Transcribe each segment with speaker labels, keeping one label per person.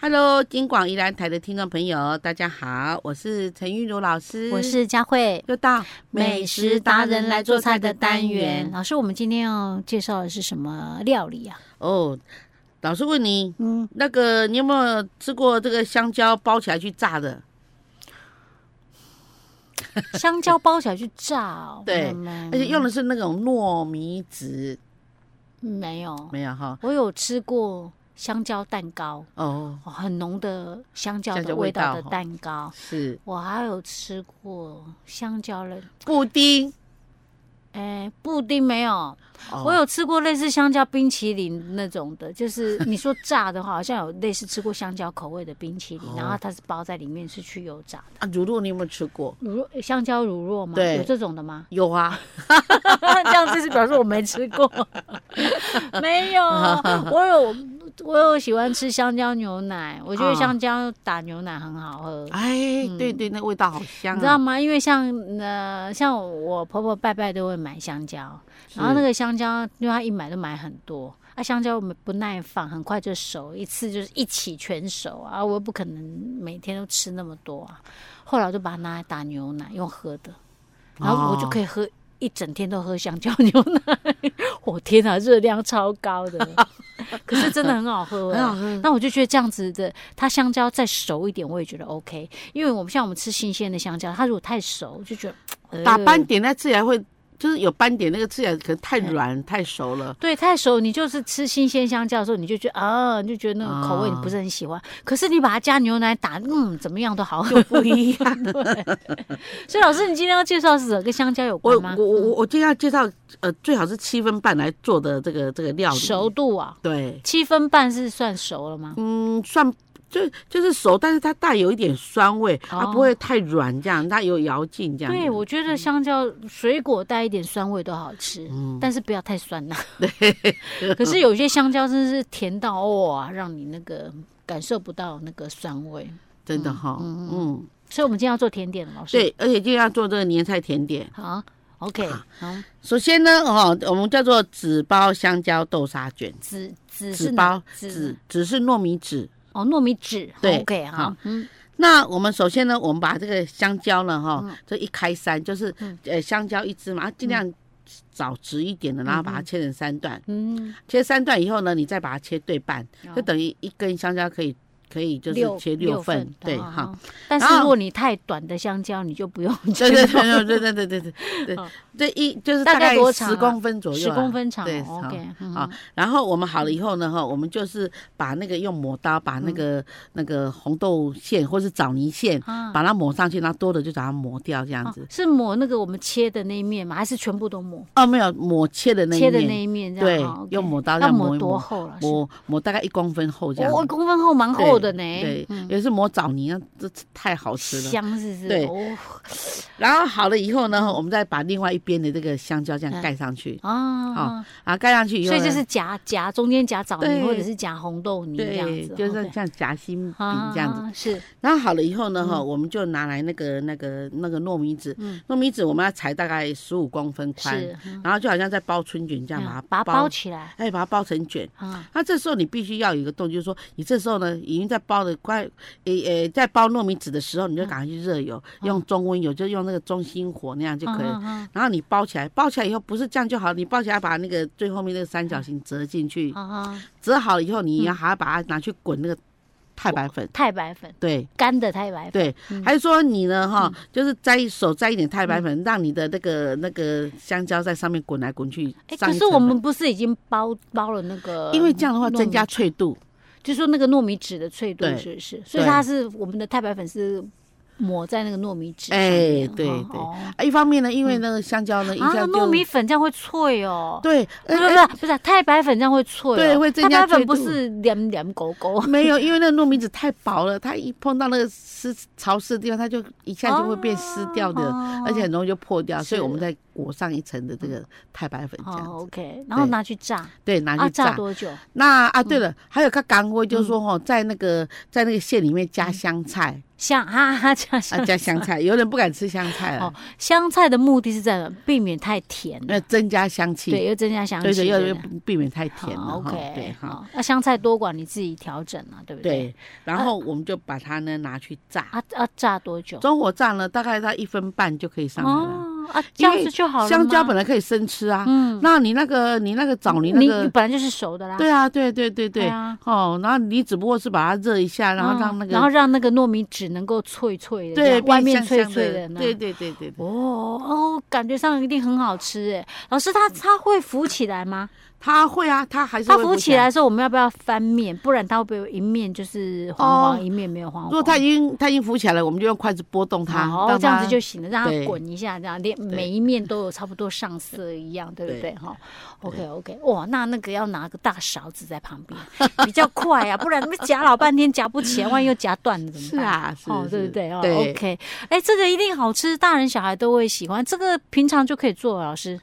Speaker 1: Hello，金广宜兰台的听众朋友，大家好，我是陈玉茹老师，
Speaker 2: 我是佳慧。
Speaker 1: 又到
Speaker 2: 美食达人来做菜的单元，老师，我们今天要介绍的是什么料理啊？
Speaker 1: 哦。老师问你，
Speaker 2: 嗯，
Speaker 1: 那个你有没有吃过这个香蕉包起来去炸的？。
Speaker 2: 香蕉包起来去炸哦
Speaker 1: 对
Speaker 2: 嗯
Speaker 1: 而且用的是那种糯米纸，
Speaker 2: 没有，
Speaker 1: 没有哈？
Speaker 2: 我有吃过香蕉蛋糕，
Speaker 1: 哦，
Speaker 2: 哦很浓的香蕉
Speaker 1: 香蕉
Speaker 2: 的
Speaker 1: 味
Speaker 2: 味道
Speaker 1: 道
Speaker 2: 的
Speaker 1: 哦
Speaker 2: 蛋糕。
Speaker 1: 是
Speaker 2: 我还有吃过香蕉的，
Speaker 1: 布丁。
Speaker 2: 哎，布丁没有，
Speaker 1: 哦
Speaker 2: 我有吃过类似香蕉冰淇淋那种的，就是你说炸的话，好像有类似吃过香蕉口味的冰淇
Speaker 1: 哦
Speaker 2: 淋，然后它是包在里面是去油炸的。
Speaker 1: 啊，乳酪你有没有吃过？
Speaker 2: 乳酪香蕉乳酪吗？
Speaker 1: 嗯对
Speaker 2: 有这种的
Speaker 1: ？
Speaker 2: 吗
Speaker 1: 有啊，
Speaker 2: 这样就是表示我没吃过， 没 有，我有。我有喜欢吃香蕉牛奶，我觉得
Speaker 1: 啊
Speaker 2: 香蕉打牛奶很好喝，
Speaker 1: 哎，对对，那味道好香、啊，
Speaker 2: 嗯你知道吗？因为像呃，像我婆婆拜拜都会买香蕉，然后那个香蕉，因为她一买都买很多，啊，香蕉我们不耐放，很快就熟，一次就是一起全熟啊，我又不可能每天都吃那么多啊。后来我就把它拿来打牛奶，用喝的，然后
Speaker 1: 哦
Speaker 2: 我就可以喝。一整天都喝香蕉 牛奶，我天啊，热量超高的， 可是真的很好喝、 欸
Speaker 1: 很好喝，
Speaker 2: 那我就觉得这样子的，它香蕉再熟一点，我也觉得 OK。因为我们像我们吃新鲜的香蕉，它如果太熟，就觉得、呃
Speaker 1: 打斑点那吃起来会，就是有斑点那个吃起来可能太
Speaker 2: 哎
Speaker 1: 软太熟了。
Speaker 2: 对，太熟，你就是吃新鲜香蕉的时候，你就觉得啊，你就觉得那个口味你不是很喜欢。可是你把它加牛奶打，嗯，怎么样都好喝，不一样。对。 所以老师，你今天要介绍是跟香蕉有
Speaker 1: 我
Speaker 2: 关
Speaker 1: 我
Speaker 2: 吗？
Speaker 1: 我我我今天要介绍，呃，最好是七分半来做的这个这个料理。
Speaker 2: 熟度啊，
Speaker 1: 对，
Speaker 2: 七分半是算熟了吗？
Speaker 1: 嗯，算就就是熟，但是它带有一点酸味，它、
Speaker 2: 哦
Speaker 1: 不会太软，这样它有咬劲这样子。
Speaker 2: 对，我觉得香蕉水果带一点酸味都好吃，但是不要太酸呐、嗯对， 可是有些香蕉真是甜到哇、让你那个感受不到那个酸味。
Speaker 1: 真的哈、嗯，
Speaker 2: 所以我们今天要做甜点了，老师。，
Speaker 1: 对，而且今天要做这个年菜甜点。
Speaker 2: 好，OK，好，
Speaker 1: 首先呢，哦，我们叫做纸包香蕉豆沙卷，
Speaker 2: 纸纸
Speaker 1: 纸
Speaker 2: 是
Speaker 1: 包
Speaker 2: 哪
Speaker 1: 纸纸是糯米纸，
Speaker 2: 哦，糯米纸。
Speaker 1: 对
Speaker 2: ，OK，好
Speaker 1: 好，
Speaker 2: 嗯，
Speaker 1: 那我们首先呢，我们把这个香蕉呢，哈，这一开三，就是呃香蕉一只嘛，啊尽量找直一点的，然后把它切成三段。
Speaker 2: 嗯，
Speaker 1: 切三段以后呢，你再把它切对半，就
Speaker 2: 好
Speaker 1: 等于一根香蕉可以可以就是切六份，对
Speaker 2: 好
Speaker 1: 哈。。
Speaker 2: 哦但
Speaker 1: 然
Speaker 2: 是
Speaker 1: 后
Speaker 2: 如果你太短的香蕉，你就不用切
Speaker 1: 对对
Speaker 2: 那么
Speaker 1: 对对对对对对对对
Speaker 2: 好，
Speaker 1: 这一就是
Speaker 2: 大
Speaker 1: 大
Speaker 2: 概
Speaker 1: 概
Speaker 2: 多长啊
Speaker 1: 十公分左右，
Speaker 2: 十公。分长
Speaker 1: 对
Speaker 2: 哦，OK，嗯
Speaker 1: 好，然后我们好了以后呢，哈，我们就是把那个用抹刀把那个那个红豆馅或是枣泥馅
Speaker 2: 啊
Speaker 1: 把它抹上去，然后多的就把它磨掉，这样
Speaker 2: 哦
Speaker 1: 子。
Speaker 2: 是抹那个我们切的那一面吗？还是全部都抹？
Speaker 1: 哦，没有抹切的那一
Speaker 2: 切的那
Speaker 1: 面，
Speaker 2: 一面这
Speaker 1: 对
Speaker 2: 样，哦，，OK
Speaker 1: 用抹刀这
Speaker 2: 要
Speaker 1: 样磨
Speaker 2: 抹
Speaker 1: 一
Speaker 2: 多
Speaker 1: 磨，
Speaker 2: 厚了？
Speaker 1: 磨磨大概一公分厚这样。
Speaker 2: 我公分厚蛮
Speaker 1: 对
Speaker 2: 厚的呢，
Speaker 1: 对
Speaker 2: 嗯，
Speaker 1: 也是磨枣泥，啊，这太好吃了。
Speaker 2: 香是不是？
Speaker 1: 对
Speaker 2: 哦
Speaker 1: 然后好了以后呢，我们再把另外一边的这个香蕉这样盖上去，
Speaker 2: 啊，
Speaker 1: 啊，盖上去以后
Speaker 2: 嗯所
Speaker 1: 呢，
Speaker 2: 以就是夹夹中间夹枣
Speaker 1: 对
Speaker 2: 泥或者是夹红豆泥这样
Speaker 1: 对，
Speaker 2: 子，
Speaker 1: 就是
Speaker 2: OK
Speaker 1: 像夹心饼
Speaker 2: 啊嗯
Speaker 1: 这样子。
Speaker 2: 是
Speaker 1: 然后好了以后呢，哈，我们就拿来那个那个那个糯米纸，糯米纸我们要裁大概十五公分宽，
Speaker 2: 嗯是，嗯
Speaker 1: 然后就好像在包春卷这样嗯把它
Speaker 2: 把它包起来
Speaker 1: 哎，把它包成卷。
Speaker 2: 啊，
Speaker 1: 那这时候你必须要有一个动作，就是说你这时候呢已经在包的快，诶诶，在包糯米纸的时候，
Speaker 2: 嗯
Speaker 1: 你就赶快去热油，用中温油，就用那个中心火那样就可以了。
Speaker 2: 嗯嗯嗯
Speaker 1: 然后你包起来，包起来以后不是这样就好，你包起来把那个最后面那个三
Speaker 2: 嗯
Speaker 1: 角形折进去，
Speaker 2: 啊啊，
Speaker 1: 折好了以后，
Speaker 2: 嗯
Speaker 1: 你要还要把它拿去滚那个太白粉，
Speaker 2: 太白粉嗯
Speaker 1: 对。
Speaker 2: 干的太白粉，
Speaker 1: 对，还是说你呢？哈，就是摘手摘一点太
Speaker 2: 嗯
Speaker 1: 白粉，让你的那个那个香蕉在上面滚来滚去。
Speaker 2: 哎，
Speaker 1: 上
Speaker 2: 可
Speaker 1: 一
Speaker 2: 是
Speaker 1: 层
Speaker 2: 我
Speaker 1: 粉
Speaker 2: 们不是已经包包了那个？
Speaker 1: 因为这样的话
Speaker 2: 糯米
Speaker 1: 增加脆度，
Speaker 2: 就说那个糯米纸的脆度
Speaker 1: 对
Speaker 2: 是不是？所以
Speaker 1: 对
Speaker 2: 它是我们的太白粉是抹在那个糯米纸上
Speaker 1: 哎
Speaker 2: 面，
Speaker 1: 对
Speaker 2: 哈
Speaker 1: 对
Speaker 2: 哦
Speaker 1: 啊，一方面呢，因为那个香蕉呢，一
Speaker 2: 啊
Speaker 1: 下，就
Speaker 2: 糯米粉这样会脆哦。
Speaker 1: 对，
Speaker 2: 不
Speaker 1: 呃
Speaker 2: 是不是不是太白粉这样会脆哦，
Speaker 1: 对会增加
Speaker 2: 太白
Speaker 1: 脆
Speaker 2: 粉
Speaker 1: 度
Speaker 2: 不是黏黏狗狗
Speaker 1: 呃，没有，因为那个糯米纸太薄了，它一碰到那个湿潮湿的地方，它就一下就会变湿掉的，
Speaker 2: 哦
Speaker 1: 而且很容易就破掉，所以
Speaker 2: 是嗯
Speaker 1: 我们再裹上一层的这个太白粉这样子，
Speaker 2: 哦 OK，然后
Speaker 1: 对
Speaker 2: 拿去炸，
Speaker 1: 对，拿
Speaker 2: 啊
Speaker 1: 去炸。
Speaker 2: 炸多嗯久？嗯
Speaker 1: 那啊，对了，还有个干锅，就是说哦，在那个在那个馅里面加香菜，
Speaker 2: 香哈哈加
Speaker 1: 啊
Speaker 2: 香
Speaker 1: 加香菜，有人不敢吃香菜了
Speaker 2: 哦，香菜的目的是在哪避免太甜，
Speaker 1: 那增加香气，
Speaker 2: 对，又增加香
Speaker 1: 对
Speaker 2: 气。
Speaker 1: 对，要
Speaker 2: 对
Speaker 1: 要
Speaker 2: 不对
Speaker 1: 避免太甜了
Speaker 2: 好
Speaker 1: 哈，
Speaker 2: ，OK，
Speaker 1: 对哈，
Speaker 2: 好，那香菜多寡你自己调整啊，对不对？
Speaker 1: 对，然后我们就把它呢拿去炸，
Speaker 2: 啊啊，炸多久？
Speaker 1: 中火炸呢大概它一分半就可以上来了。
Speaker 2: 哦啊，这
Speaker 1: 因
Speaker 2: 样
Speaker 1: 为
Speaker 2: 子就好了吗。
Speaker 1: 香蕉本来可以生吃啊，
Speaker 2: 嗯，
Speaker 1: 那你那个你那个枣泥那
Speaker 2: 你
Speaker 1: 个
Speaker 2: 你本来就是熟的啦。
Speaker 1: 对啊，对对对对，
Speaker 2: 对啊
Speaker 1: 哦，然后你只不过是把它热一下，然后
Speaker 2: 嗯
Speaker 1: 让那个、
Speaker 2: 然后让那个糯米纸能够脆脆的，这
Speaker 1: 对
Speaker 2: 样外
Speaker 1: 变
Speaker 2: 面
Speaker 1: 香
Speaker 2: 脆
Speaker 1: 香
Speaker 2: 脆的那
Speaker 1: 对
Speaker 2: 样。
Speaker 1: 对对对对，
Speaker 2: 哦哦，感觉上一定很好吃哎！老师，它它会浮起来吗？
Speaker 1: 它会啊，它还是
Speaker 2: 它
Speaker 1: 会
Speaker 2: 浮起
Speaker 1: 来
Speaker 2: 来。的时候，我们要不要翻面？不然它会不会有一面就是黄黄，
Speaker 1: 哦
Speaker 2: 一面没有黄黄？
Speaker 1: 如果它已经它已经浮起来了，我们就用筷子拨动它，
Speaker 2: 哦
Speaker 1: 让，
Speaker 2: 这样
Speaker 1: 它
Speaker 2: 子就行了，让它
Speaker 1: 对
Speaker 2: 滚一下，这样连每一面都有差不多上色一样，对不
Speaker 1: 对
Speaker 2: 对？哈，OK OK，哇，那那个要拿个大勺子在旁边比 较快啊，不然那夹老半天夹不起来，万一又夹断了怎么
Speaker 1: 是
Speaker 2: 办？
Speaker 1: 啊，是
Speaker 2: 哦，对
Speaker 1: 是
Speaker 2: 不对？哦
Speaker 1: 对
Speaker 2: ，OK，哎，这个一定好吃，大人小孩都会喜欢。这个平常就可以做，老师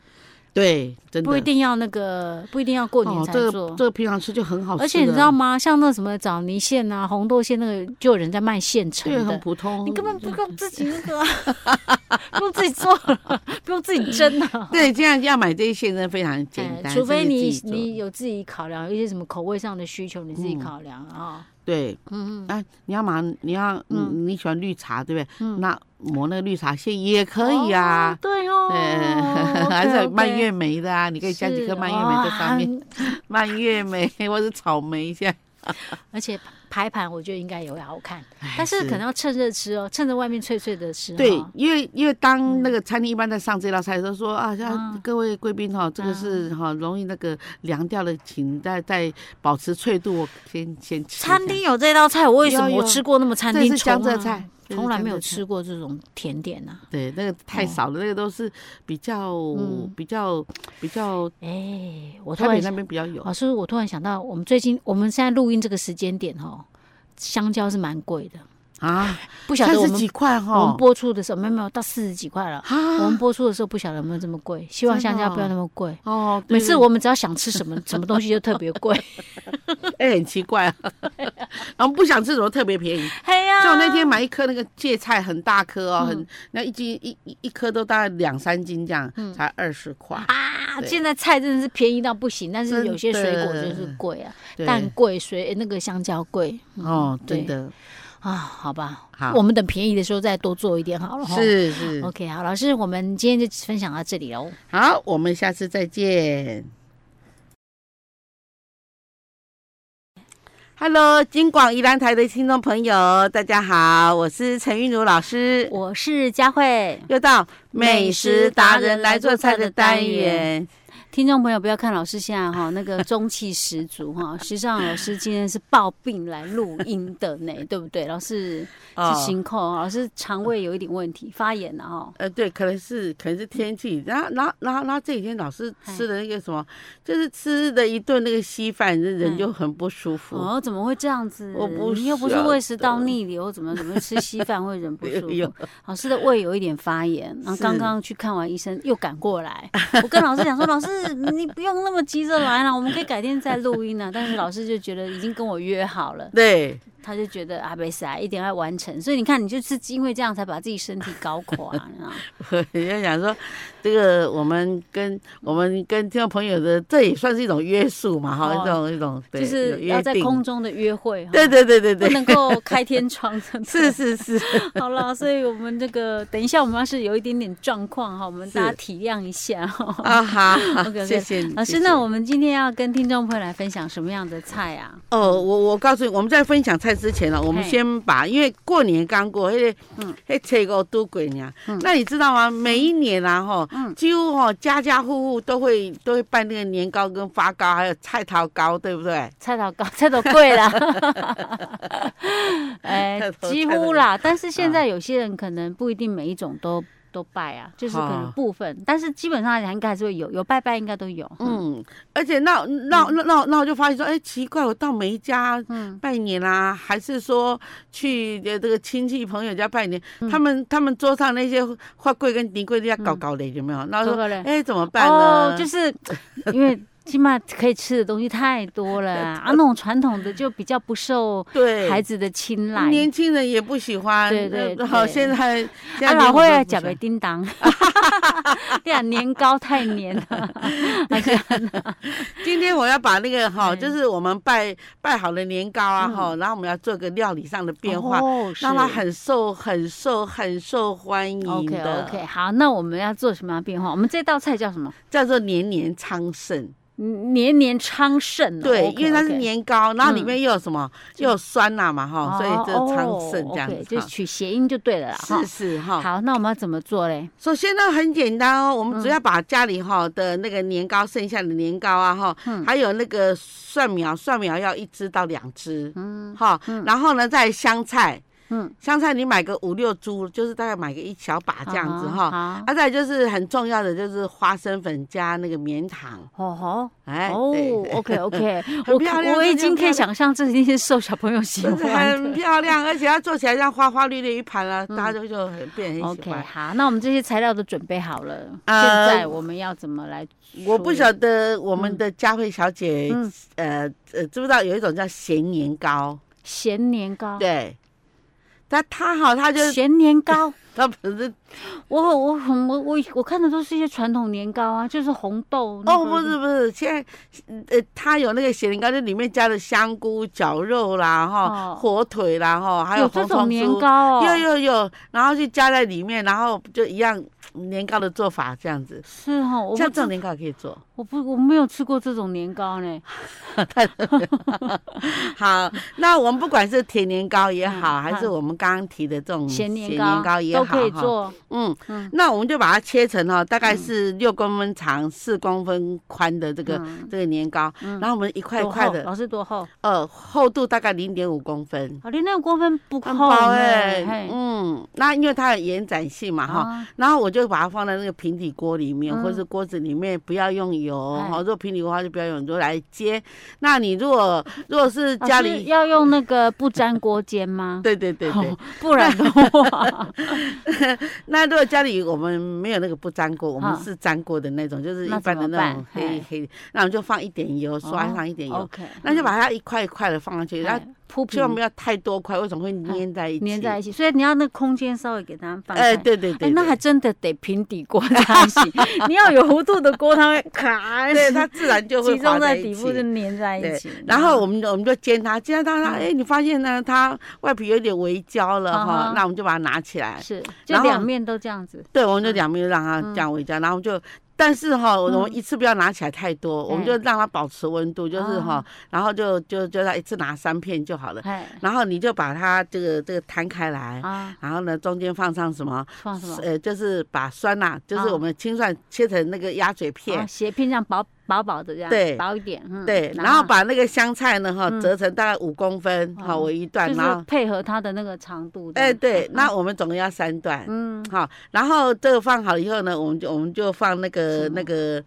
Speaker 1: 对，真的
Speaker 2: 不一定要那个，不一定要过年
Speaker 1: 哦，
Speaker 2: 才
Speaker 1: 这
Speaker 2: 做
Speaker 1: 个。这个平常吃就很好吃的，
Speaker 2: 而且你知道吗？像那什么枣泥馅啊、红豆馅，那个就有人在卖现成
Speaker 1: 对，很
Speaker 2: 的，
Speaker 1: 普通，
Speaker 2: 你根本不用自己那个、啊， 不用自己做了，不用自己蒸啊。
Speaker 1: 对，这样要买这些现真的非常 简单，
Speaker 2: 哎除非
Speaker 1: 这个自己
Speaker 2: 你
Speaker 1: 做嗯
Speaker 2: 你有自己考量，有一些什么口味上的需求，你自己考量啊、
Speaker 1: 对，
Speaker 2: 嗯
Speaker 1: 啊，你要买你要嗯你喜欢绿茶对不对？
Speaker 2: 嗯
Speaker 1: 那抹那个绿茶馅也可以啊
Speaker 2: 哦，对哦，
Speaker 1: 对，还是有
Speaker 2: OK，OK
Speaker 1: 蔓越莓的啊，你可以加几颗蔓越莓在上。
Speaker 2: 是哦
Speaker 1: 面，
Speaker 2: 哇
Speaker 1: 蔓越 莓或者草莓一下。
Speaker 2: 而且排盘我觉得应该也会好看，
Speaker 1: 哎
Speaker 2: 但是可能要趁热吃哦，趁着外面脆脆的吃、哦。
Speaker 1: 对，因为因为当那个餐厅一般在上这道菜的时候说啊，像
Speaker 2: 嗯
Speaker 1: 各位贵宾哈，这个是哈容易那个凉掉的，请再再保持脆度，我先先吃一下。
Speaker 2: 餐厅有这道菜，我为什么
Speaker 1: 有有
Speaker 2: 我吃过那么餐
Speaker 1: 这
Speaker 2: 厅
Speaker 1: 是江
Speaker 2: 从
Speaker 1: 浙
Speaker 2: 来
Speaker 1: 菜，这是
Speaker 2: 啊从来没
Speaker 1: 江
Speaker 2: 有
Speaker 1: 浙菜
Speaker 2: 吃过这种甜点啊呐、
Speaker 1: 对，那个太
Speaker 2: 哦
Speaker 1: 少了，那个都是比较、
Speaker 2: 嗯
Speaker 1: 比较比较
Speaker 2: 哎、我突
Speaker 1: 台
Speaker 2: 然哦
Speaker 1: 北那边比较有。
Speaker 2: 老师，我突然想到，我们最近我们现在录音这个时间点哦，香蕉是蛮贵的，
Speaker 1: 啊，
Speaker 2: 不晓
Speaker 1: 三
Speaker 2: 得我
Speaker 1: 十
Speaker 2: 们
Speaker 1: 几块
Speaker 2: 我们
Speaker 1: 哈，
Speaker 2: 播出的时候没有没有到四十几块了，我们
Speaker 1: 啊，
Speaker 2: 播出的时候不晓得有没有这么贵，希望
Speaker 1: 真
Speaker 2: 香
Speaker 1: 的
Speaker 2: 蕉不要
Speaker 1: 哦
Speaker 2: 那么贵。
Speaker 1: 哦，对
Speaker 2: 每次我们只要想吃什么什么东西就特别 贵，
Speaker 1: 哎、很奇 怪啊，然后不想吃什么特别便宜，
Speaker 2: 哎呀
Speaker 1: 像我那天买一颗那个芥菜很大颗哦，
Speaker 2: 嗯
Speaker 1: 很那一斤一一一颗都大概两三斤这样，才二十块，
Speaker 2: 嗯啊，
Speaker 1: 对
Speaker 2: 现在菜真的是便宜到不行，但
Speaker 1: 真
Speaker 2: 是有些水果就是
Speaker 1: 的
Speaker 2: 贵啊，
Speaker 1: 对
Speaker 2: 蛋贵、水哎那个香蕉贵
Speaker 1: 哦，
Speaker 2: 对
Speaker 1: 真的
Speaker 2: 啊，好吧，
Speaker 1: 好
Speaker 2: 我们等便宜的时候再多做一点好了哈。
Speaker 1: 是是
Speaker 2: OK，好，老师，我们今天就分享到这里喽。
Speaker 1: 好，我们下次再见。Hello，金广宜兰台的听众朋友，大家好，我是陈韵如老师，
Speaker 2: 我是佳慧，
Speaker 1: 又到美食达人来做菜的单元。
Speaker 3: 听众朋友，不要看老师现在哈那个中气十足哈，实际上老师今天是抱病来录音的呢，对不对？老师
Speaker 1: 哦
Speaker 3: 是辛苦，老师肠胃有一点问题，发炎了哈。
Speaker 1: 呃，对，可能是可能是天气，然后然后然后然后这几天老师吃的那个什么，就是吃的一顿那个稀饭，人人
Speaker 3: 哎
Speaker 1: 就很不舒服。
Speaker 3: 哦，怎么会这样子？
Speaker 1: 我不
Speaker 3: 你又不是
Speaker 1: 晓得
Speaker 3: 胃食道逆流，怎么怎么吃稀饭会人不舒
Speaker 1: 有
Speaker 3: 服？老师的胃有一点发炎，然后
Speaker 1: 是
Speaker 3: 刚刚去看完医生，又赶过来。我跟老师讲说，老师你不用那么急着来了，我们可以改天再录音啊。但是老师就觉得已经跟我约好了，
Speaker 1: 对，
Speaker 3: 他就觉得啊，没事啊，一定要完成。所以你看，你就是因为这样才把自己身体搞垮，你知道吗？
Speaker 1: 我就想说，这个我们跟我们跟听众朋友的，这也算是一种约束嘛，哈、
Speaker 3: 哦
Speaker 1: 一种一种 对，
Speaker 3: 就
Speaker 1: 有
Speaker 3: 是
Speaker 1: 约
Speaker 3: 要在
Speaker 1: 定
Speaker 3: 空中的约会哈，
Speaker 1: 对对对对
Speaker 3: 不
Speaker 1: 对，
Speaker 3: 能够开天窗 的。
Speaker 1: 是 是是，
Speaker 3: 好了，所以我们这个等一下，我们要是有一点点状况哈，我们
Speaker 1: 是
Speaker 3: 大家体谅一下哈。
Speaker 1: 啊好，好
Speaker 3: OK，OK
Speaker 1: 谢谢 你
Speaker 3: 老
Speaker 1: 谢
Speaker 3: 师，
Speaker 1: 谢
Speaker 3: 那我们今天要跟听众朋友来分享什么样的菜啊？
Speaker 1: 哦，我我告诉你，我们在分享菜之前呢，啊我们
Speaker 3: 嘿
Speaker 1: 先把，因为过年刚过，那个嗯
Speaker 3: 嗯，
Speaker 1: 那切糕都鬼娘
Speaker 3: 嗯，
Speaker 1: 啊那你知道吗？每一年啊，哈，
Speaker 3: 嗯
Speaker 1: 几乎哈家家户户都会都会办那个年糕跟发糕，还有菜桃糕，对不对？
Speaker 3: 菜头糕， 菜头贵啦，哎
Speaker 1: 菜，头
Speaker 3: 几
Speaker 1: 菜啊头
Speaker 3: 乎啦。但是现在有些人可能不一定每一种都都拜啊，就是可能
Speaker 1: 好
Speaker 3: 部分，但是基本上应该还是会有，有拜拜应该都有。嗯
Speaker 1: 嗯，而且那
Speaker 2: 嗯
Speaker 1: 那那那那我就发现说，哎，奇怪，我到每一家
Speaker 3: 嗯，
Speaker 1: 拜年啦、还是说去呃这个亲戚朋友家拜年，
Speaker 2: 嗯
Speaker 1: 他们他们桌上那些花柜跟泥柜都要搞搞的，有没有？那我
Speaker 3: 搞
Speaker 1: 说，
Speaker 3: 搞
Speaker 1: 哎
Speaker 3: 的
Speaker 2: 哦
Speaker 1: 哎，怎么办呢？
Speaker 3: 哦，就是因为
Speaker 2: 起码可以吃的东西太多了 啊，啊那种传统的就比较不受
Speaker 1: 对，
Speaker 2: 孩子的青睐。
Speaker 1: 年轻人也不喜欢，
Speaker 2: 对对
Speaker 1: 呃好，
Speaker 2: 对
Speaker 1: 现在现
Speaker 2: 啊，
Speaker 1: 在
Speaker 2: 老
Speaker 1: 连我
Speaker 2: 会
Speaker 1: 都
Speaker 2: 来
Speaker 1: 不
Speaker 2: 讲
Speaker 1: 喜
Speaker 2: 个
Speaker 1: 欢
Speaker 2: 叮当， 对啊，年糕太黏 了，
Speaker 1: 今天我要把那个哈，
Speaker 2: 对
Speaker 1: 就是我们拜拜好的年糕啊哈，然后我们要做个料理上的变化，
Speaker 2: 嗯哦
Speaker 1: 让它
Speaker 2: 是
Speaker 1: 很受、很受、很受欢迎
Speaker 2: OK
Speaker 1: 的
Speaker 2: OK，好，那我们要做什么样的变化？我们这道菜叫什么？
Speaker 1: 叫做年年昌盛。
Speaker 2: 嗯年年昌盛哦、
Speaker 1: 对
Speaker 2: o，k
Speaker 1: 因为它是年糕，然后里面又有什么，又有酸呐嘛哈，所以就昌盛这样子
Speaker 2: 哦就
Speaker 1: 哈。
Speaker 2: 取谐音就对了啦。哈
Speaker 1: 是是哈，
Speaker 2: 好，那我们要怎么做嘞？
Speaker 1: 首先呢很简单哦，我们只要把家里哈的那个年糕剩下的年糕啊哈，还有那个蒜苗，蒜苗要一只到两只，嗯哈，然后呢再香菜，
Speaker 2: 嗯，
Speaker 1: 香菜你买个五六株，就是大概买个一小把这样子哈。
Speaker 2: 啊
Speaker 1: 啊，再来就是很重要的就是花生粉加那个棉糖，
Speaker 2: 好，哦
Speaker 1: 哎，
Speaker 2: 吼，
Speaker 1: 对
Speaker 2: 哦，OK OK，
Speaker 1: 很
Speaker 2: 我
Speaker 1: 漂亮
Speaker 2: 可我已
Speaker 1: 这就
Speaker 2: 经可
Speaker 1: 漂
Speaker 2: 以
Speaker 1: 亮
Speaker 2: 想象这一定是受小朋友 喜
Speaker 1: 真的
Speaker 2: 欢
Speaker 1: 很
Speaker 2: 的。
Speaker 1: 漂亮，而且它做起来像花花绿绿一盘啊，大家就就很变得很喜
Speaker 2: 嗯 OK，
Speaker 1: 欢。
Speaker 2: 好，那我们这些材料都准备好了，
Speaker 1: 呃
Speaker 2: 现在我们要怎么来？
Speaker 1: 我不晓得我们的佳慧小姐
Speaker 2: 嗯，
Speaker 1: 呃呃，知不知道有一种叫咸年糕？
Speaker 2: 咸年糕，
Speaker 1: 对，但它好，它就
Speaker 2: 哦咸嗯年糕，
Speaker 1: 它不是
Speaker 2: 我我我我我看的都是一些传统年糕啊，就是红豆。
Speaker 1: 哦，不
Speaker 2: 嗯
Speaker 1: 是，不是，现在呃，它有那个咸年糕，就里面加了香菇、绞肉啦，哈，
Speaker 2: 哦
Speaker 1: 火腿啦，哈，还
Speaker 2: 有这
Speaker 1: 红
Speaker 2: 种
Speaker 1: 葱
Speaker 2: 年
Speaker 1: 酥。
Speaker 2: 糕哦，
Speaker 1: 有有有，然后就加在里面，然后就一样嗯年糕的做法这样子，
Speaker 2: 是哦，我不
Speaker 1: 像这
Speaker 2: 知
Speaker 1: 种年糕也可以做。
Speaker 2: 我不我没有吃过这种年糕呢。
Speaker 1: 好，那我们不管是甜年糕也好，
Speaker 2: 嗯
Speaker 1: 还是我们刚刚提的这种
Speaker 2: 咸
Speaker 1: 嗯
Speaker 2: 年
Speaker 1: 咸
Speaker 2: 糕
Speaker 1: 也
Speaker 2: 都
Speaker 1: 好，
Speaker 2: 可以
Speaker 1: 哈。
Speaker 2: 做，
Speaker 1: 嗯
Speaker 2: 嗯，
Speaker 1: 那我们就把它切成哈，大概是六公分长、四公分宽的这个
Speaker 2: 嗯
Speaker 1: 这个年糕，
Speaker 2: 嗯
Speaker 1: 然后我们一块一
Speaker 2: 多
Speaker 1: 块
Speaker 2: 厚？
Speaker 1: 的，
Speaker 2: 老师多厚？
Speaker 1: 呃，厚度大概零点五公分。
Speaker 2: 哦，你那个锅分不
Speaker 1: 很
Speaker 2: 厚
Speaker 1: 薄
Speaker 2: 呢
Speaker 1: 哎、
Speaker 2: 嘿
Speaker 1: 嗯，那因为它有延展性嘛哈，
Speaker 2: 啊
Speaker 1: 然后我就把它放在那个平底锅里面，
Speaker 2: 嗯
Speaker 1: 或是锅子里面，不要用油
Speaker 2: 哎
Speaker 1: 哈。如果平底锅的话就不要用油，就来煎。那你如果如果是
Speaker 2: 老
Speaker 1: 家
Speaker 2: 师
Speaker 1: 里
Speaker 2: 要用那个不粘锅煎吗？
Speaker 1: 对对对对
Speaker 2: 哦，不然的 话，
Speaker 1: 那如果家里我们没有那个不粘锅，我们
Speaker 2: 嗯
Speaker 1: 是粘锅的那种，就是一
Speaker 2: 那
Speaker 1: 般的
Speaker 2: 怎么
Speaker 1: 那
Speaker 2: 办
Speaker 1: 种黑
Speaker 2: 嘿
Speaker 1: 黑的，那我们就放一点油，刷
Speaker 2: 哦
Speaker 1: 上一点油，
Speaker 2: OK，
Speaker 1: 那就把它一块一块的放上去，然后
Speaker 2: 嗯铺
Speaker 1: 千万不
Speaker 2: 平
Speaker 1: 要太多块，为什么会粘在一起？
Speaker 2: 粘在一起，所以你要那个空间稍微给它放开。
Speaker 1: 哎，对对
Speaker 2: 哎
Speaker 1: 对，
Speaker 2: 那
Speaker 1: 对
Speaker 2: 还真的得平底锅才 行。你要有弧度的锅，它会卡，
Speaker 1: 对它自然就会
Speaker 2: 集中
Speaker 1: 滑在
Speaker 2: 在
Speaker 1: 一
Speaker 2: 底部
Speaker 1: 起
Speaker 2: 就粘在一
Speaker 1: 对
Speaker 2: 起。
Speaker 1: 然后我们我们就煎它，煎到它，
Speaker 2: 嗯
Speaker 1: 哎，你发现呢，它外皮有点微焦了
Speaker 2: 啊
Speaker 1: 哈
Speaker 2: 哈，
Speaker 1: 那我们就把它拿起来，
Speaker 2: 嗯是
Speaker 1: 然
Speaker 2: 就
Speaker 1: 后
Speaker 2: 两面都这样子。
Speaker 1: 对，我们就两面让它这样微焦，然后就。但是哈，我们
Speaker 2: 嗯
Speaker 1: 一次不要拿起来太多，我们就
Speaker 2: 哎
Speaker 1: 让它保持温度，就是哈
Speaker 2: 啊，
Speaker 1: 然后就就就它一次拿三片就好了。
Speaker 2: 哎
Speaker 1: 然后你就把它这个这个摊开来，
Speaker 2: 啊，
Speaker 1: 然后呢中间放上什么？
Speaker 2: 放什么？
Speaker 1: 呃，就是把酸辣，就是
Speaker 2: 啊
Speaker 1: 我们青蒜切成那个鸭嘴片
Speaker 2: 啊，，斜片这样薄薄薄的这样，
Speaker 1: 对
Speaker 2: 薄一点，嗯，
Speaker 1: 对，然后把那个香菜呢哈
Speaker 2: 嗯
Speaker 1: 折成大概五公分，好
Speaker 2: 哦
Speaker 1: 为一段，
Speaker 2: 就
Speaker 1: 然后
Speaker 2: 是配合它的那个长度这样，
Speaker 1: 哎对，
Speaker 2: 嗯
Speaker 1: 那我们总共要三段，
Speaker 2: 嗯，
Speaker 1: 好，然后这个放好以后呢，我们就我们就放那个
Speaker 2: 什么
Speaker 1: 那个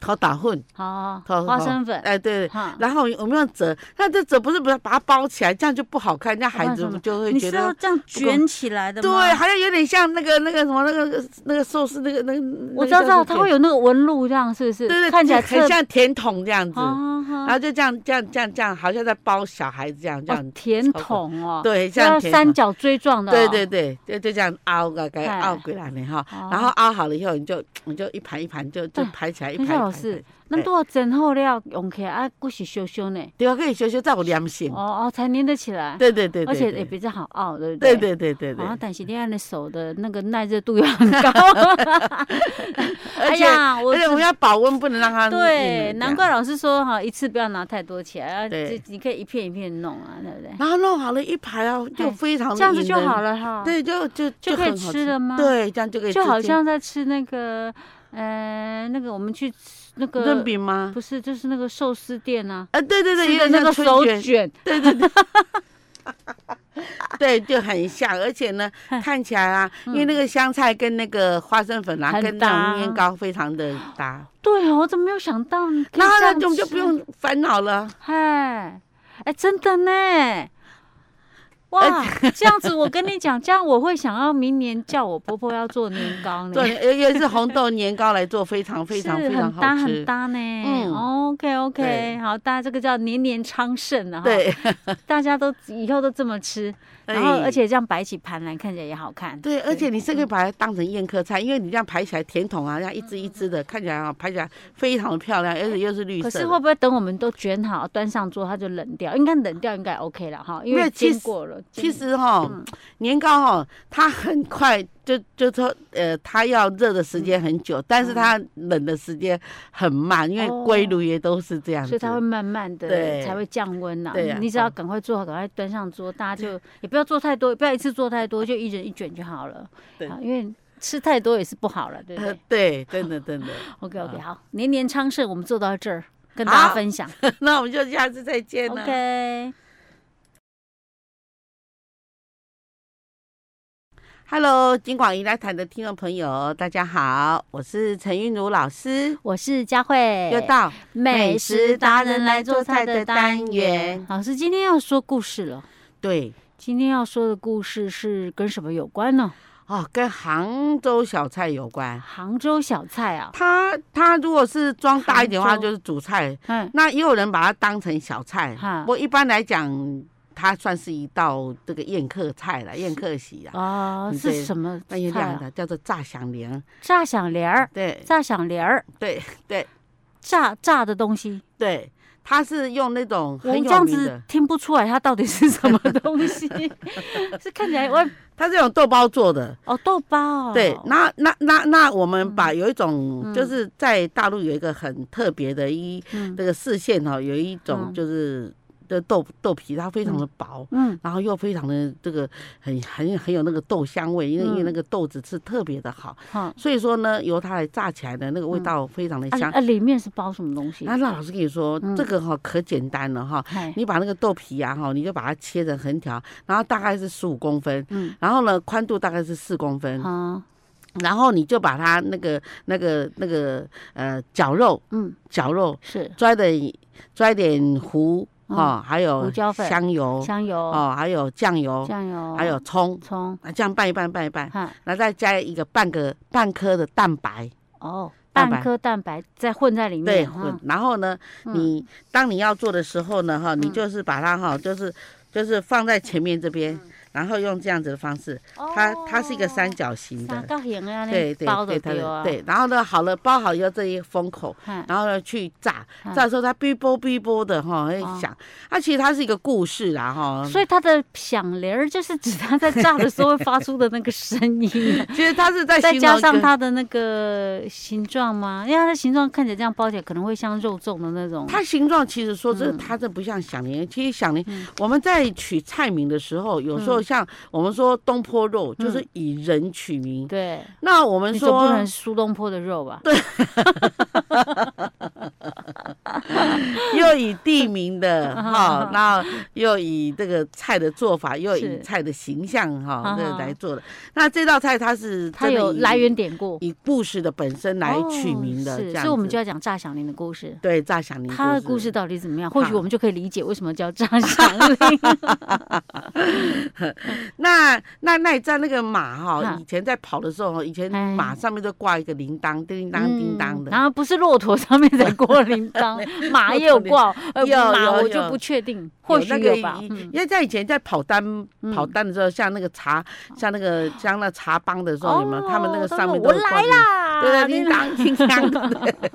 Speaker 1: 头打混，
Speaker 2: 好，
Speaker 1: 头
Speaker 2: 花生粉，
Speaker 1: 哎对。对
Speaker 2: 哈，
Speaker 1: 然后我们用折，那这折不是把它把它包起来，这样就不好看，这样孩
Speaker 2: 那
Speaker 1: 子
Speaker 2: 什么
Speaker 1: 就会
Speaker 3: 你
Speaker 1: 觉
Speaker 3: 是
Speaker 1: 得
Speaker 3: 要这样卷起来的吗？
Speaker 1: 对，好像有点像那个那个什么那个那个寿司那个那个，
Speaker 2: 我知道，知道它会
Speaker 1: 有
Speaker 2: 有那个纹路，这样是不是？
Speaker 1: 对对，
Speaker 2: 看起来
Speaker 1: 就很
Speaker 2: 特
Speaker 1: 像甜筒这样子，
Speaker 2: 啊
Speaker 1: 然
Speaker 2: 哈，
Speaker 1: 后就这样这样这样这样，好像在包小孩子这样这
Speaker 2: 哦
Speaker 1: 样，，
Speaker 2: 甜筒哦，，
Speaker 1: 对，像
Speaker 2: 要
Speaker 1: 甜
Speaker 2: 三
Speaker 1: 筒。
Speaker 2: 角锥状的，哦
Speaker 1: 对对，对，就就这样凹个给
Speaker 2: 哎
Speaker 1: 凹过来呢哈，
Speaker 2: 哦
Speaker 1: 然后凹好了以后，你就你就一盘一盘就就
Speaker 2: 哎
Speaker 1: 排起来一
Speaker 2: 等
Speaker 1: 盘
Speaker 2: 一
Speaker 1: 一
Speaker 2: 下
Speaker 1: 盘。
Speaker 2: 老
Speaker 1: 一
Speaker 2: 师
Speaker 1: 盘，
Speaker 2: 那多少整后料用起来啊，故是修修呢，
Speaker 1: 对啊，可以学学在我良心。
Speaker 2: 哦哦，才粘得起来，
Speaker 1: 对对对，
Speaker 2: 而
Speaker 1: 对
Speaker 2: 且
Speaker 1: 对
Speaker 2: 也比较好熬，对不
Speaker 1: 对
Speaker 2: 对？
Speaker 1: 对对对对
Speaker 2: 然，后但是恋爱的手的那个耐热度 要很高。
Speaker 1: 而
Speaker 2: 哎
Speaker 1: 且
Speaker 2: 呀，我
Speaker 1: 而且我们
Speaker 2: 是
Speaker 1: 要保温，不能让它硬了
Speaker 2: 对，
Speaker 1: 这
Speaker 2: 难
Speaker 1: 样
Speaker 2: 怪老师说哈，一次不要拿太多起来，啊
Speaker 1: 对
Speaker 2: 这你可以一片一片弄啊，对不对？
Speaker 1: 然后弄好了一排啊，就
Speaker 2: 哎
Speaker 1: 非常的
Speaker 2: 这样子
Speaker 1: 引
Speaker 2: 就
Speaker 1: 人
Speaker 2: 好了哈。，
Speaker 1: 对，就就
Speaker 2: 就可以
Speaker 1: 很好
Speaker 2: 吃了吗
Speaker 1: 对，这样就可以吃进。
Speaker 2: 就好像在吃那个呃那个我们去吃那个
Speaker 1: 润饼吗？
Speaker 2: 不是就是那个寿司店啊，
Speaker 1: 啊，对对对，
Speaker 2: 吃
Speaker 1: 有
Speaker 2: 的
Speaker 1: 点
Speaker 2: 那
Speaker 1: 像
Speaker 2: 个手
Speaker 1: 春卷，
Speaker 2: 卷，
Speaker 1: 对，就很像，而且 呢，
Speaker 2: 嗯
Speaker 1: 看起来啊，因为那个香菜跟那个花生粉啊，
Speaker 2: 很
Speaker 1: 跟那种
Speaker 2: 搭
Speaker 1: 年糕非常的搭，
Speaker 2: 对哦，我怎么没有想到？
Speaker 1: 然后呢，
Speaker 2: 就
Speaker 1: 我们就不用烦恼了。
Speaker 2: 嗨，哎，真的呢。哇，这样子我跟你讲，这样我会想要明年叫我婆婆要做年糕呢，
Speaker 1: 做尤其是红豆年糕来做，非常非常
Speaker 2: 嗯是
Speaker 1: 非常
Speaker 2: 很
Speaker 1: 好
Speaker 2: 搭
Speaker 1: 吃
Speaker 2: 很。搭呢。
Speaker 1: 嗯
Speaker 2: OK
Speaker 1: 对
Speaker 2: OK，好，大家这个叫年年昌盛啊，，
Speaker 1: 对，
Speaker 2: 大家都以后都这么吃，然后
Speaker 1: 哎
Speaker 2: 而且嗯这样摆起盘来看起来也好看。
Speaker 1: 对，而且你甚至把它当成宴客菜，因为你这样排起来甜筒啊，这样一只一只的，看起来啊排起来非常的漂亮，而且又是绿
Speaker 2: 嗯可
Speaker 1: 色
Speaker 2: 是
Speaker 1: 的。
Speaker 2: 会不会等我们都卷好端上桌，它就冷掉？应该冷掉应该 OK 了哈，因
Speaker 1: 没有
Speaker 2: 为
Speaker 1: 其
Speaker 2: 煎
Speaker 1: 实
Speaker 2: 过了。
Speaker 1: 其实哈、年糕哈、它很快就就说呃，它要热的时间很久，但是它冷的时间很慢，因为
Speaker 2: 哦
Speaker 1: 龟炉也都是这样
Speaker 2: 所
Speaker 1: 子。
Speaker 2: 以它会慢慢的
Speaker 1: 对
Speaker 2: 才会降温呐、
Speaker 1: 对啊哦呀
Speaker 2: 你只要赶快做好，赶快端上桌，大家就也不要做太多，不要一次做太多，就一人一卷就好了。
Speaker 1: 对
Speaker 2: 啊，因为吃太多也是不好了，对不
Speaker 1: 呃
Speaker 2: 对、，
Speaker 1: 对，真的 真的。
Speaker 2: o k OK，
Speaker 1: 啊
Speaker 2: 好，年年昌盛，我们做到这儿，跟大家
Speaker 1: 好
Speaker 2: 分享。
Speaker 1: 那我们就下次再见了。
Speaker 2: OK，
Speaker 1: Hello，金广宜来谈的听众朋友，大家好，我是陈韵如老师，
Speaker 2: 我是佳慧，
Speaker 1: 又到
Speaker 2: 美食达人来做菜的单
Speaker 1: 美食达人来做菜的单
Speaker 2: 元
Speaker 1: 元。
Speaker 2: 老师今天要说故事了，
Speaker 1: 对
Speaker 2: 今天要说的故事是跟什么有关呢？
Speaker 1: 哦，跟杭州小菜有关。
Speaker 2: 杭州小菜啊，
Speaker 1: 它它如果是装大一点的话，
Speaker 2: 杭州
Speaker 1: 就是主菜；
Speaker 2: 嗯，
Speaker 1: 那也有人把它当成小菜。
Speaker 2: 哈
Speaker 1: 不过一般来讲，它算是一道这个宴客菜了，宴客席啊。
Speaker 2: 哦，
Speaker 1: 你
Speaker 2: 是
Speaker 1: 对
Speaker 2: 什么
Speaker 1: 那有
Speaker 2: 菜
Speaker 1: 两
Speaker 2: 啊
Speaker 1: 个叫做炸响铃，
Speaker 2: 炸响铃儿，
Speaker 1: 对
Speaker 2: 炸响铃儿，
Speaker 1: 对
Speaker 2: 炸炸的东西，
Speaker 1: 对，它是用那种
Speaker 2: 我
Speaker 1: 很
Speaker 2: 这
Speaker 1: 有
Speaker 2: 样
Speaker 1: 名
Speaker 2: 子
Speaker 1: 的，
Speaker 2: 听不出来它到底是什么东 西，是看起来我
Speaker 1: 它是用豆包做的。
Speaker 2: 哦豆包哦，
Speaker 1: 对，那那那那我们把有一种、
Speaker 2: 嗯
Speaker 1: 就是在大陆有一个很特别的一、
Speaker 2: 嗯
Speaker 1: 这个视线哦，有一种
Speaker 2: 嗯
Speaker 1: 就是的豆豆皮，它非常的薄。
Speaker 2: 嗯
Speaker 1: 然后又非常的这个很很很有那个豆香味，因为
Speaker 2: 嗯
Speaker 1: 因为那个豆子是特别的好，
Speaker 2: 好，
Speaker 1: 所以说呢，由它来炸起来的那个味道非常的
Speaker 2: 啊
Speaker 1: 香。
Speaker 2: 啊里面是包什么东西？哎
Speaker 1: 那那老师跟你说，
Speaker 2: 嗯
Speaker 1: 这个哈、可简单了哈，
Speaker 2: 嗨
Speaker 1: 你把那个豆皮啊哈，你就把它切成横条，然后大概是十五公分，
Speaker 2: 嗯
Speaker 1: 然后呢宽度大概是四公分，
Speaker 2: 啊
Speaker 1: 然后你就把它那个那个那个呃绞肉
Speaker 2: 嗯
Speaker 1: 绞肉
Speaker 2: 是
Speaker 1: 抓点抓点糊
Speaker 2: 嗯
Speaker 1: 哦，还有
Speaker 2: 胡椒粉
Speaker 1: 香油
Speaker 2: 香油
Speaker 1: 哦，还有酱油，
Speaker 2: 酱油
Speaker 1: 还有葱，
Speaker 2: 葱，
Speaker 1: 啊这样拌一拌拌一拌，
Speaker 2: 哈
Speaker 1: 然后再加一个半个半颗的蛋白，
Speaker 2: 哦
Speaker 1: 蛋
Speaker 2: 半
Speaker 1: 白
Speaker 2: 颗蛋白再混在里面，
Speaker 1: 对，
Speaker 2: 哈
Speaker 1: 混。然后呢，
Speaker 2: 嗯
Speaker 1: 你当你要做的时候呢，哈，你就是把它哈，就是就是放在前面这边，
Speaker 2: 嗯
Speaker 1: 然后用这样子的方式，它它是一个三
Speaker 2: 哦
Speaker 1: 角形
Speaker 2: 三
Speaker 1: 的。
Speaker 2: 角形啊，
Speaker 1: 对对
Speaker 2: 包的
Speaker 1: 对，它
Speaker 2: 对
Speaker 1: 的
Speaker 2: 啊，
Speaker 1: 对，然后呢，好了，包好以后这一封口，
Speaker 2: 嗨，
Speaker 1: 然后呢去炸，
Speaker 2: 嗯
Speaker 1: 炸的时候它哔啵哔啵的哈，会
Speaker 2: 哦
Speaker 1: 响。它其实它是一个故事啦哈，
Speaker 2: 所以它的响铃儿就是指它在炸的时候会发出的那个声音啊，
Speaker 1: 其实它是 在
Speaker 2: 再
Speaker 1: 形
Speaker 2: 加
Speaker 1: 容
Speaker 2: 上
Speaker 1: 跟
Speaker 2: 它的那个形状吗？因为它的形状看起来这样包起来可能会像肉粽的那种。
Speaker 1: 它形状其实说这
Speaker 2: 嗯
Speaker 1: 它这不像响铃，其实响铃
Speaker 2: 嗯
Speaker 1: 我们在取菜名的时候，有时候像我们说东坡肉，就是以人取名。
Speaker 2: 嗯对，
Speaker 1: 那我们
Speaker 2: 你总不能
Speaker 1: 说
Speaker 2: 苏东坡的肉吧？
Speaker 1: 又以地名 的哈
Speaker 2: 好，
Speaker 1: 那又以这个菜的做法，又以
Speaker 2: 是
Speaker 1: 菜的形象哈
Speaker 2: 好
Speaker 1: 这个
Speaker 2: 好
Speaker 1: 来做的。那这道菜它是
Speaker 2: 它
Speaker 1: 真的
Speaker 2: 有
Speaker 1: 以
Speaker 2: 来源典故，
Speaker 1: 以故事的本身来取名的，
Speaker 2: 哦
Speaker 1: 这
Speaker 2: 是，
Speaker 1: 样
Speaker 2: 所以我们
Speaker 1: 子
Speaker 2: 就要讲炸响铃的故事。
Speaker 1: 对炸响铃。
Speaker 2: 它的故事到底怎么样？或许
Speaker 1: 好
Speaker 2: 我们就可以理解为什么叫炸响铃。
Speaker 1: 那那那你在那个马哈
Speaker 2: 哈，
Speaker 1: 以前在跑的时候，以前
Speaker 2: 哎
Speaker 1: 马上面就挂一个铃铛，叮 当叮当
Speaker 2: 嗯
Speaker 1: 的。
Speaker 2: 然后不是骆驼上面 在挂铃铛，马也有挂，呃，
Speaker 1: 有
Speaker 2: 马
Speaker 1: 有
Speaker 2: 我就
Speaker 1: 有
Speaker 2: 不确定，
Speaker 1: 有
Speaker 2: 或许
Speaker 1: 那个
Speaker 2: 有吧。
Speaker 1: 以
Speaker 2: 嗯
Speaker 1: 因为在以前在跑单跑单的时候，像那个茶，
Speaker 2: 哦
Speaker 1: 像那个像那茶帮的时候，有没有？他们那个
Speaker 2: 都
Speaker 1: 上
Speaker 2: 是
Speaker 1: 面
Speaker 2: 哦我
Speaker 1: 都有挂
Speaker 2: 来
Speaker 1: 铃，
Speaker 2: 啦，
Speaker 1: 对对，
Speaker 2: 你
Speaker 1: 叮当叮当的，对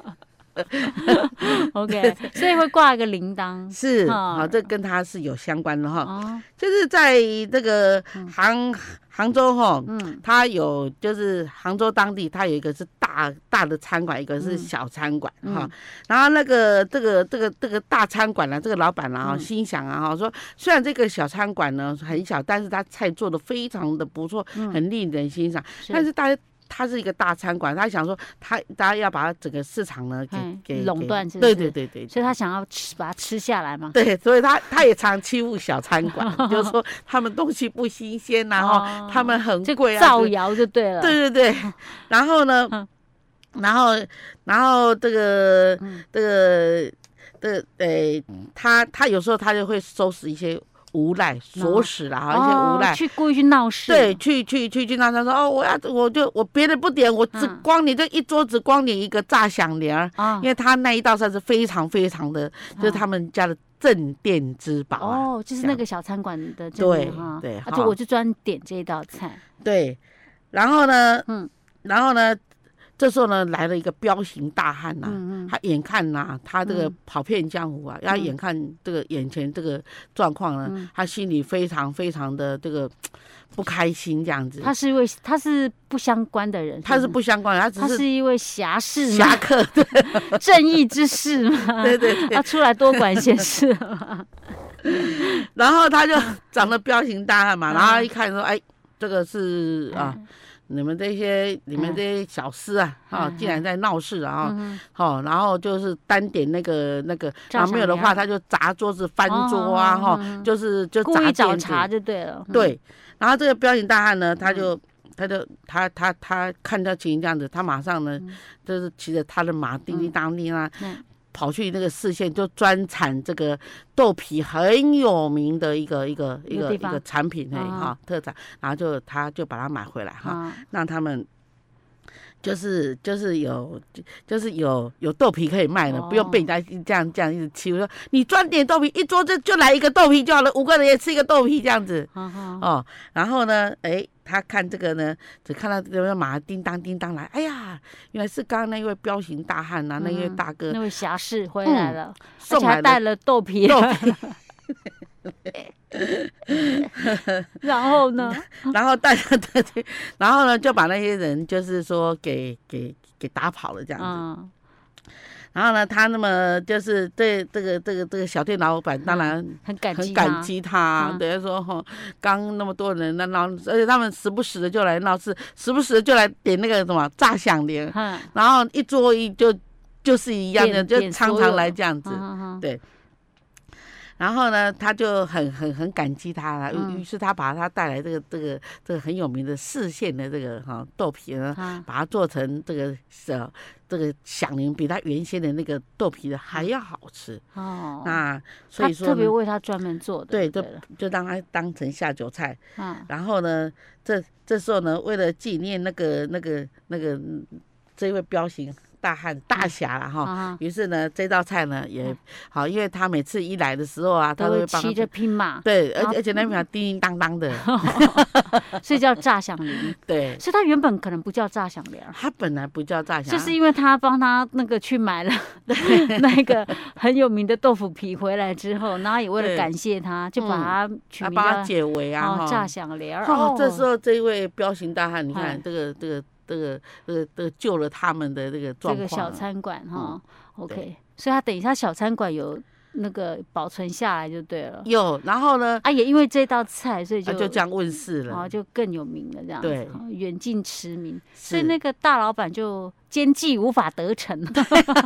Speaker 2: OK，所以会挂一个铃 铛
Speaker 1: 是
Speaker 2: 啊
Speaker 1: 好，这跟它是有相关的哈。
Speaker 2: 哦，
Speaker 1: 就是在这个杭杭州哈，
Speaker 2: 嗯，
Speaker 1: 它有就是杭州当地，它有一个是大大的餐馆，一个是
Speaker 2: 嗯
Speaker 1: 小餐馆哈、
Speaker 2: 嗯
Speaker 1: 然后那个这个这个这个大餐馆呢、这个老板呢、啊、
Speaker 2: 嗯
Speaker 1: 心想啊哈，说虽然这个小餐馆呢很小，但是他菜做的非常的不错，
Speaker 2: 嗯
Speaker 1: 很令人欣赏。但是大家。它是一个大餐馆，他想说他大家要把这个市场呢给
Speaker 2: 嗯
Speaker 1: 给
Speaker 2: 垄
Speaker 1: 给
Speaker 2: 断是不
Speaker 1: 对
Speaker 2: 是
Speaker 1: 对对对，
Speaker 2: 所以他想要吃，把它吃下来嘛。
Speaker 1: 对，所以他他也常欺负小餐馆， 就是说他们东西不新鲜呐、哈、
Speaker 2: 哦
Speaker 1: 他们很
Speaker 2: 就
Speaker 1: 贵啊，
Speaker 2: 造谣就对了。，
Speaker 1: 对对 对，然后呢
Speaker 2: 嗯，
Speaker 1: 然后然后这个
Speaker 2: 嗯
Speaker 1: 哎这个这个呃，他他有时候他就会收拾一些无赖、锁死了哈，一些无
Speaker 2: 哦，
Speaker 1: 赖。
Speaker 2: 去故意去闹事，
Speaker 1: 对，去去去去那他说哦，我要我就我别的不点，我只
Speaker 2: 嗯
Speaker 1: 光点就一桌子光点一个炸响铃儿，
Speaker 2: 啊
Speaker 1: 因，为他那一道菜是非常非常的，就是他们家的镇店之宝啊。
Speaker 2: 嗯哦，就是
Speaker 1: 这
Speaker 2: 那
Speaker 1: 样
Speaker 2: 个小餐馆的这
Speaker 1: 对
Speaker 2: 个哈，
Speaker 1: 对
Speaker 2: 啊
Speaker 1: 哈
Speaker 2: 就我就专点这一道菜，
Speaker 1: 对，然后呢，
Speaker 2: 嗯
Speaker 1: 然后呢，这时候呢来了一个彪形大汉呐、
Speaker 2: 嗯嗯，
Speaker 1: 他眼看呐、他这个
Speaker 2: 嗯
Speaker 1: 跑遍江湖啊，他眼看这个眼前这个状况呢，
Speaker 2: 嗯
Speaker 1: 他心里非常非常的这个不开心，这样子。
Speaker 2: 他是一位他是不相关的人，
Speaker 1: 他是
Speaker 2: 不
Speaker 1: 不相关的，他
Speaker 2: 他
Speaker 1: 只是
Speaker 2: 是一位侠士
Speaker 1: 侠
Speaker 2: 嘛，
Speaker 1: 客，
Speaker 2: 正义之士嘛，
Speaker 1: 对对对
Speaker 2: 他。出来多管闲事了嘛，
Speaker 1: 然后他就长得彪形大汉嘛，
Speaker 2: 嗯
Speaker 1: 然后一看说，哎，这个是啊，你们这些你们这些小厮啊，啊，
Speaker 2: 嗯
Speaker 1: 竟然在闹事啊，
Speaker 2: 嗯，
Speaker 1: 哦，然后就是单点那个那个，啊
Speaker 2: 炸
Speaker 1: 然后没有的话
Speaker 2: 响铃
Speaker 1: 他就砸桌子、翻桌啊，
Speaker 2: 哦
Speaker 1: 哈
Speaker 2: 嗯嗯，嗯
Speaker 1: 就是就
Speaker 2: 故
Speaker 1: 砸
Speaker 2: 意找
Speaker 1: 店主
Speaker 2: 茬就对了，嗯，
Speaker 1: 对，然后这个彪形大汉呢，他就。他就他他他看到情形这样子，他马上呢，就是骑着他的马叮叮当叮啊，
Speaker 2: 嗯
Speaker 1: 跑去那个市县，就专产这个豆皮很有名的一个一个一
Speaker 2: 一个
Speaker 1: 个
Speaker 2: 地
Speaker 1: 一个
Speaker 2: 方
Speaker 1: 产品哎
Speaker 2: 啊
Speaker 1: 哈特产，然后就他就把它买回来哈，
Speaker 2: 啊，
Speaker 1: 让他们就是就是有就就是有有豆皮可以卖
Speaker 2: 哦
Speaker 1: 了，不用被人家一这样这样一直欺负，说你赚点豆皮，一桌就就来一个豆皮就好了，五个人也吃一个豆皮这样子。
Speaker 2: 好好，
Speaker 1: 哦，然后呢，哎，他看这个呢，只看到这个马上叮当叮当来，哎呀，原来是刚刚那一位彪形大汉呐、那一位
Speaker 2: 嗯
Speaker 1: 大哥嗯
Speaker 2: 那位侠士回来了，而
Speaker 1: 送
Speaker 2: 且还
Speaker 1: 来
Speaker 2: 带
Speaker 1: 的
Speaker 2: 了豆皮，
Speaker 1: 豆皮，
Speaker 2: 然后呢，
Speaker 1: 然后带着对对，然后呢就把那些人就是说给给给打跑了这样子。
Speaker 2: 嗯，
Speaker 1: 然后呢，他那么就是对这个这个这个小店老板，当然
Speaker 2: 啊很嗯感
Speaker 1: 很
Speaker 2: 激，
Speaker 1: 感，激他，
Speaker 2: 嗯
Speaker 1: 等于说哈，刚那么多人那闹，而且他们时不时的就来闹事，时不时的就来点那个什么炸响铃，
Speaker 2: 嗯，
Speaker 1: 然后一桌一就就是一样的，
Speaker 2: 点
Speaker 1: 就
Speaker 2: 点
Speaker 1: 常
Speaker 2: 所有
Speaker 1: 常
Speaker 2: 的
Speaker 1: 来这样子。
Speaker 2: 嗯
Speaker 1: 对然后呢，他就很很很感激他啦，于、
Speaker 2: 嗯
Speaker 1: 于是他把他带来这个这个这个很有名的四线的这个哈、豆皮呢，
Speaker 2: 嗯，
Speaker 1: 把它做成这个呃这个响铃，比他原先的那个豆皮的还要好吃。
Speaker 2: 哦，
Speaker 1: 那所
Speaker 2: 他
Speaker 1: 以说
Speaker 2: 特别
Speaker 1: 呢
Speaker 2: 为他专门做的，
Speaker 1: 对
Speaker 2: 对
Speaker 1: 就
Speaker 2: 了，
Speaker 1: 就让他当成下酒菜。
Speaker 2: 嗯，
Speaker 1: 然后呢，这这时候呢，为了纪念那个那个那个嗯这位彪形大汉大侠了哈。
Speaker 2: 啊，
Speaker 1: 于是呢，这道菜呢也
Speaker 2: 嗯
Speaker 1: 好，因为他每次一来的时候啊，他都
Speaker 2: 都会
Speaker 1: 会帮他
Speaker 2: 骑着匹马，
Speaker 1: 对，
Speaker 2: 然
Speaker 1: 而
Speaker 2: 后嗯
Speaker 1: 且而且那边叮叮当 当的，
Speaker 2: 所以叫炸响铃，
Speaker 1: 对，
Speaker 2: 所以他原本可能不叫炸响铃儿。
Speaker 1: 他本来不叫炸虾，
Speaker 2: 就是因为他帮他那个去买了 那个很有名的豆腐皮回来之后，然后也为
Speaker 1: 对
Speaker 2: 了感谢他，就把
Speaker 1: 嗯
Speaker 2: 它取
Speaker 1: 他
Speaker 2: 名
Speaker 1: 帮他
Speaker 2: 叫
Speaker 1: 解围啊，
Speaker 2: 哦
Speaker 1: 哈
Speaker 2: 炸响铃儿。
Speaker 1: 哦，这时
Speaker 2: 候
Speaker 1: 候这一位彪形大汉，你看
Speaker 2: 哎
Speaker 1: 这个这个这个这个这个救了他们的这个
Speaker 2: 这
Speaker 1: 状
Speaker 2: 个小
Speaker 1: 况啊，
Speaker 2: 餐馆哈，OK，
Speaker 1: 对
Speaker 2: 所以他等一下小餐馆有那个保存下来就对了。
Speaker 1: 有，然后呢，
Speaker 2: 啊，也因为这道菜，所以
Speaker 1: 啊
Speaker 2: 就哦
Speaker 1: 就这样问世
Speaker 2: 然后
Speaker 1: 了，
Speaker 2: 就更有名了，这样子
Speaker 1: 对
Speaker 2: 哦远近驰名，所以
Speaker 1: 是
Speaker 2: 那个大老板就奸计无法得逞，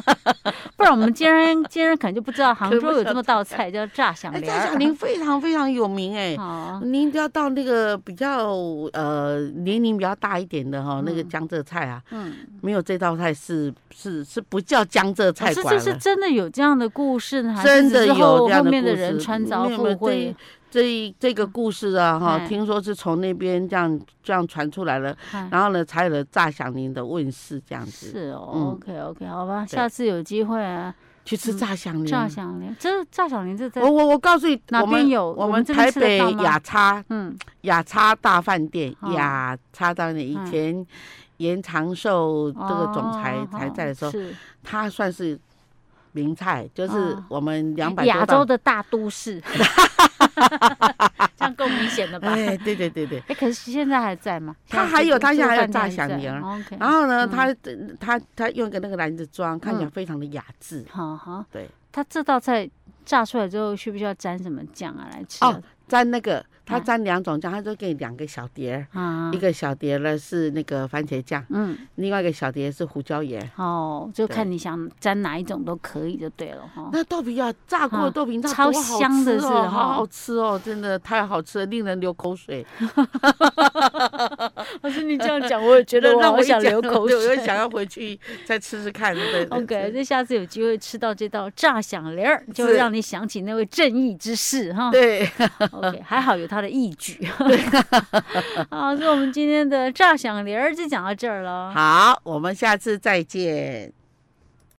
Speaker 2: 不然我们今天今天可能就不知道杭州有这么道菜叫炸响
Speaker 1: 哎，
Speaker 2: 铃
Speaker 1: 炸
Speaker 2: 儿啊哦嗯
Speaker 1: 小。林非常非常有名哎。
Speaker 2: 好，
Speaker 1: 您要到那个比较呃年龄比较大一点的哈，那个
Speaker 2: 嗯
Speaker 1: 江浙菜啊，
Speaker 2: 嗯，
Speaker 1: 没有这道菜是是是不叫江浙
Speaker 2: 可
Speaker 1: 菜
Speaker 2: 哦是
Speaker 1: 馆
Speaker 2: 这
Speaker 1: 了。
Speaker 2: 是真的有这样的故事 呢，还是
Speaker 1: 真的
Speaker 2: 只是
Speaker 1: 有
Speaker 2: 后
Speaker 1: 这样
Speaker 2: 后
Speaker 1: 的
Speaker 2: 面的
Speaker 1: 故
Speaker 2: 人
Speaker 1: 事
Speaker 2: 穿凿
Speaker 1: 没有没有
Speaker 2: 附会？
Speaker 1: 这一这个故事啊，哈，
Speaker 2: 哎
Speaker 1: 听说是从那边这样这样传出来了，
Speaker 2: 哎
Speaker 1: 然后呢，才有了炸响铃的问世，这样子
Speaker 2: 是哦、
Speaker 1: 嗯
Speaker 2: o k OK，好吧，
Speaker 1: 对
Speaker 2: 下次有机会啊，
Speaker 1: 去吃
Speaker 2: 嗯
Speaker 1: 炸响铃。
Speaker 2: 炸响铃，这炸响铃这在
Speaker 1: 我我我告诉你，
Speaker 2: 哪
Speaker 1: 哦我们
Speaker 2: 边有
Speaker 1: 我
Speaker 2: 我
Speaker 1: 们
Speaker 2: 们这边
Speaker 1: 台
Speaker 2: 吃得
Speaker 1: 北
Speaker 2: 到吗
Speaker 1: 雅叉
Speaker 2: 嗯
Speaker 1: 雅叉大饭店，
Speaker 2: 哦
Speaker 1: 雅叉大饭店以
Speaker 2: 嗯
Speaker 1: 前严长寿这个总裁
Speaker 2: 哦
Speaker 1: 还在的时候，
Speaker 2: 是
Speaker 1: 他算是名菜，就是
Speaker 2: 哦
Speaker 1: 我们两百
Speaker 2: 亚
Speaker 1: 多
Speaker 2: 洲
Speaker 1: 道。
Speaker 2: 的大都市，这样够明显的吧？
Speaker 1: 哎，对对对 对。
Speaker 2: 哎、可是现在还在吗？
Speaker 1: 他还有他现在还有
Speaker 2: 这个
Speaker 1: 炸
Speaker 2: 饭
Speaker 1: 响
Speaker 2: 店
Speaker 1: 铃儿
Speaker 2: 还在 OK，
Speaker 1: 然后呢，
Speaker 2: 嗯
Speaker 1: 他他他用一个那个篮子装，看起来非常的雅致。
Speaker 2: 好好，
Speaker 1: 对，
Speaker 2: 他这道菜炸出来之后，需不需要沾什么酱啊来吃？
Speaker 1: 哦，沾那个它沾两种酱，它就给你两个小碟儿，
Speaker 2: 啊
Speaker 1: 一，个小碟呢是那个番茄酱，
Speaker 2: 嗯，
Speaker 1: 另外一个小碟是胡椒盐。
Speaker 2: 哦，就
Speaker 1: 对
Speaker 2: 看你想沾哪一种都可以就对了 哈。
Speaker 1: 那豆皮啊，炸过的
Speaker 2: 嗯
Speaker 1: 豆皮，那
Speaker 2: 哦超
Speaker 1: 多好
Speaker 2: 香的
Speaker 1: 吃
Speaker 2: 是
Speaker 1: 哦，
Speaker 2: 哦
Speaker 1: 好好吃哦，真的太好吃了，令人流口水。
Speaker 4: 可是你这样讲，我也 觉得
Speaker 1: 让
Speaker 4: 我
Speaker 1: 我一
Speaker 4: 想
Speaker 1: 讲
Speaker 4: 流口
Speaker 1: 对我
Speaker 4: 水
Speaker 1: 又。想要回去再吃吃看。对对对
Speaker 2: OK，那下次有机会吃到这道炸响铃儿，就会
Speaker 1: 是
Speaker 2: 让你想起那位正义之士哈。
Speaker 1: 对，
Speaker 2: OK，还好有他的义举。 好，所以我们今天的炸响铃儿就讲到这儿了。
Speaker 1: 好，我们下次再见。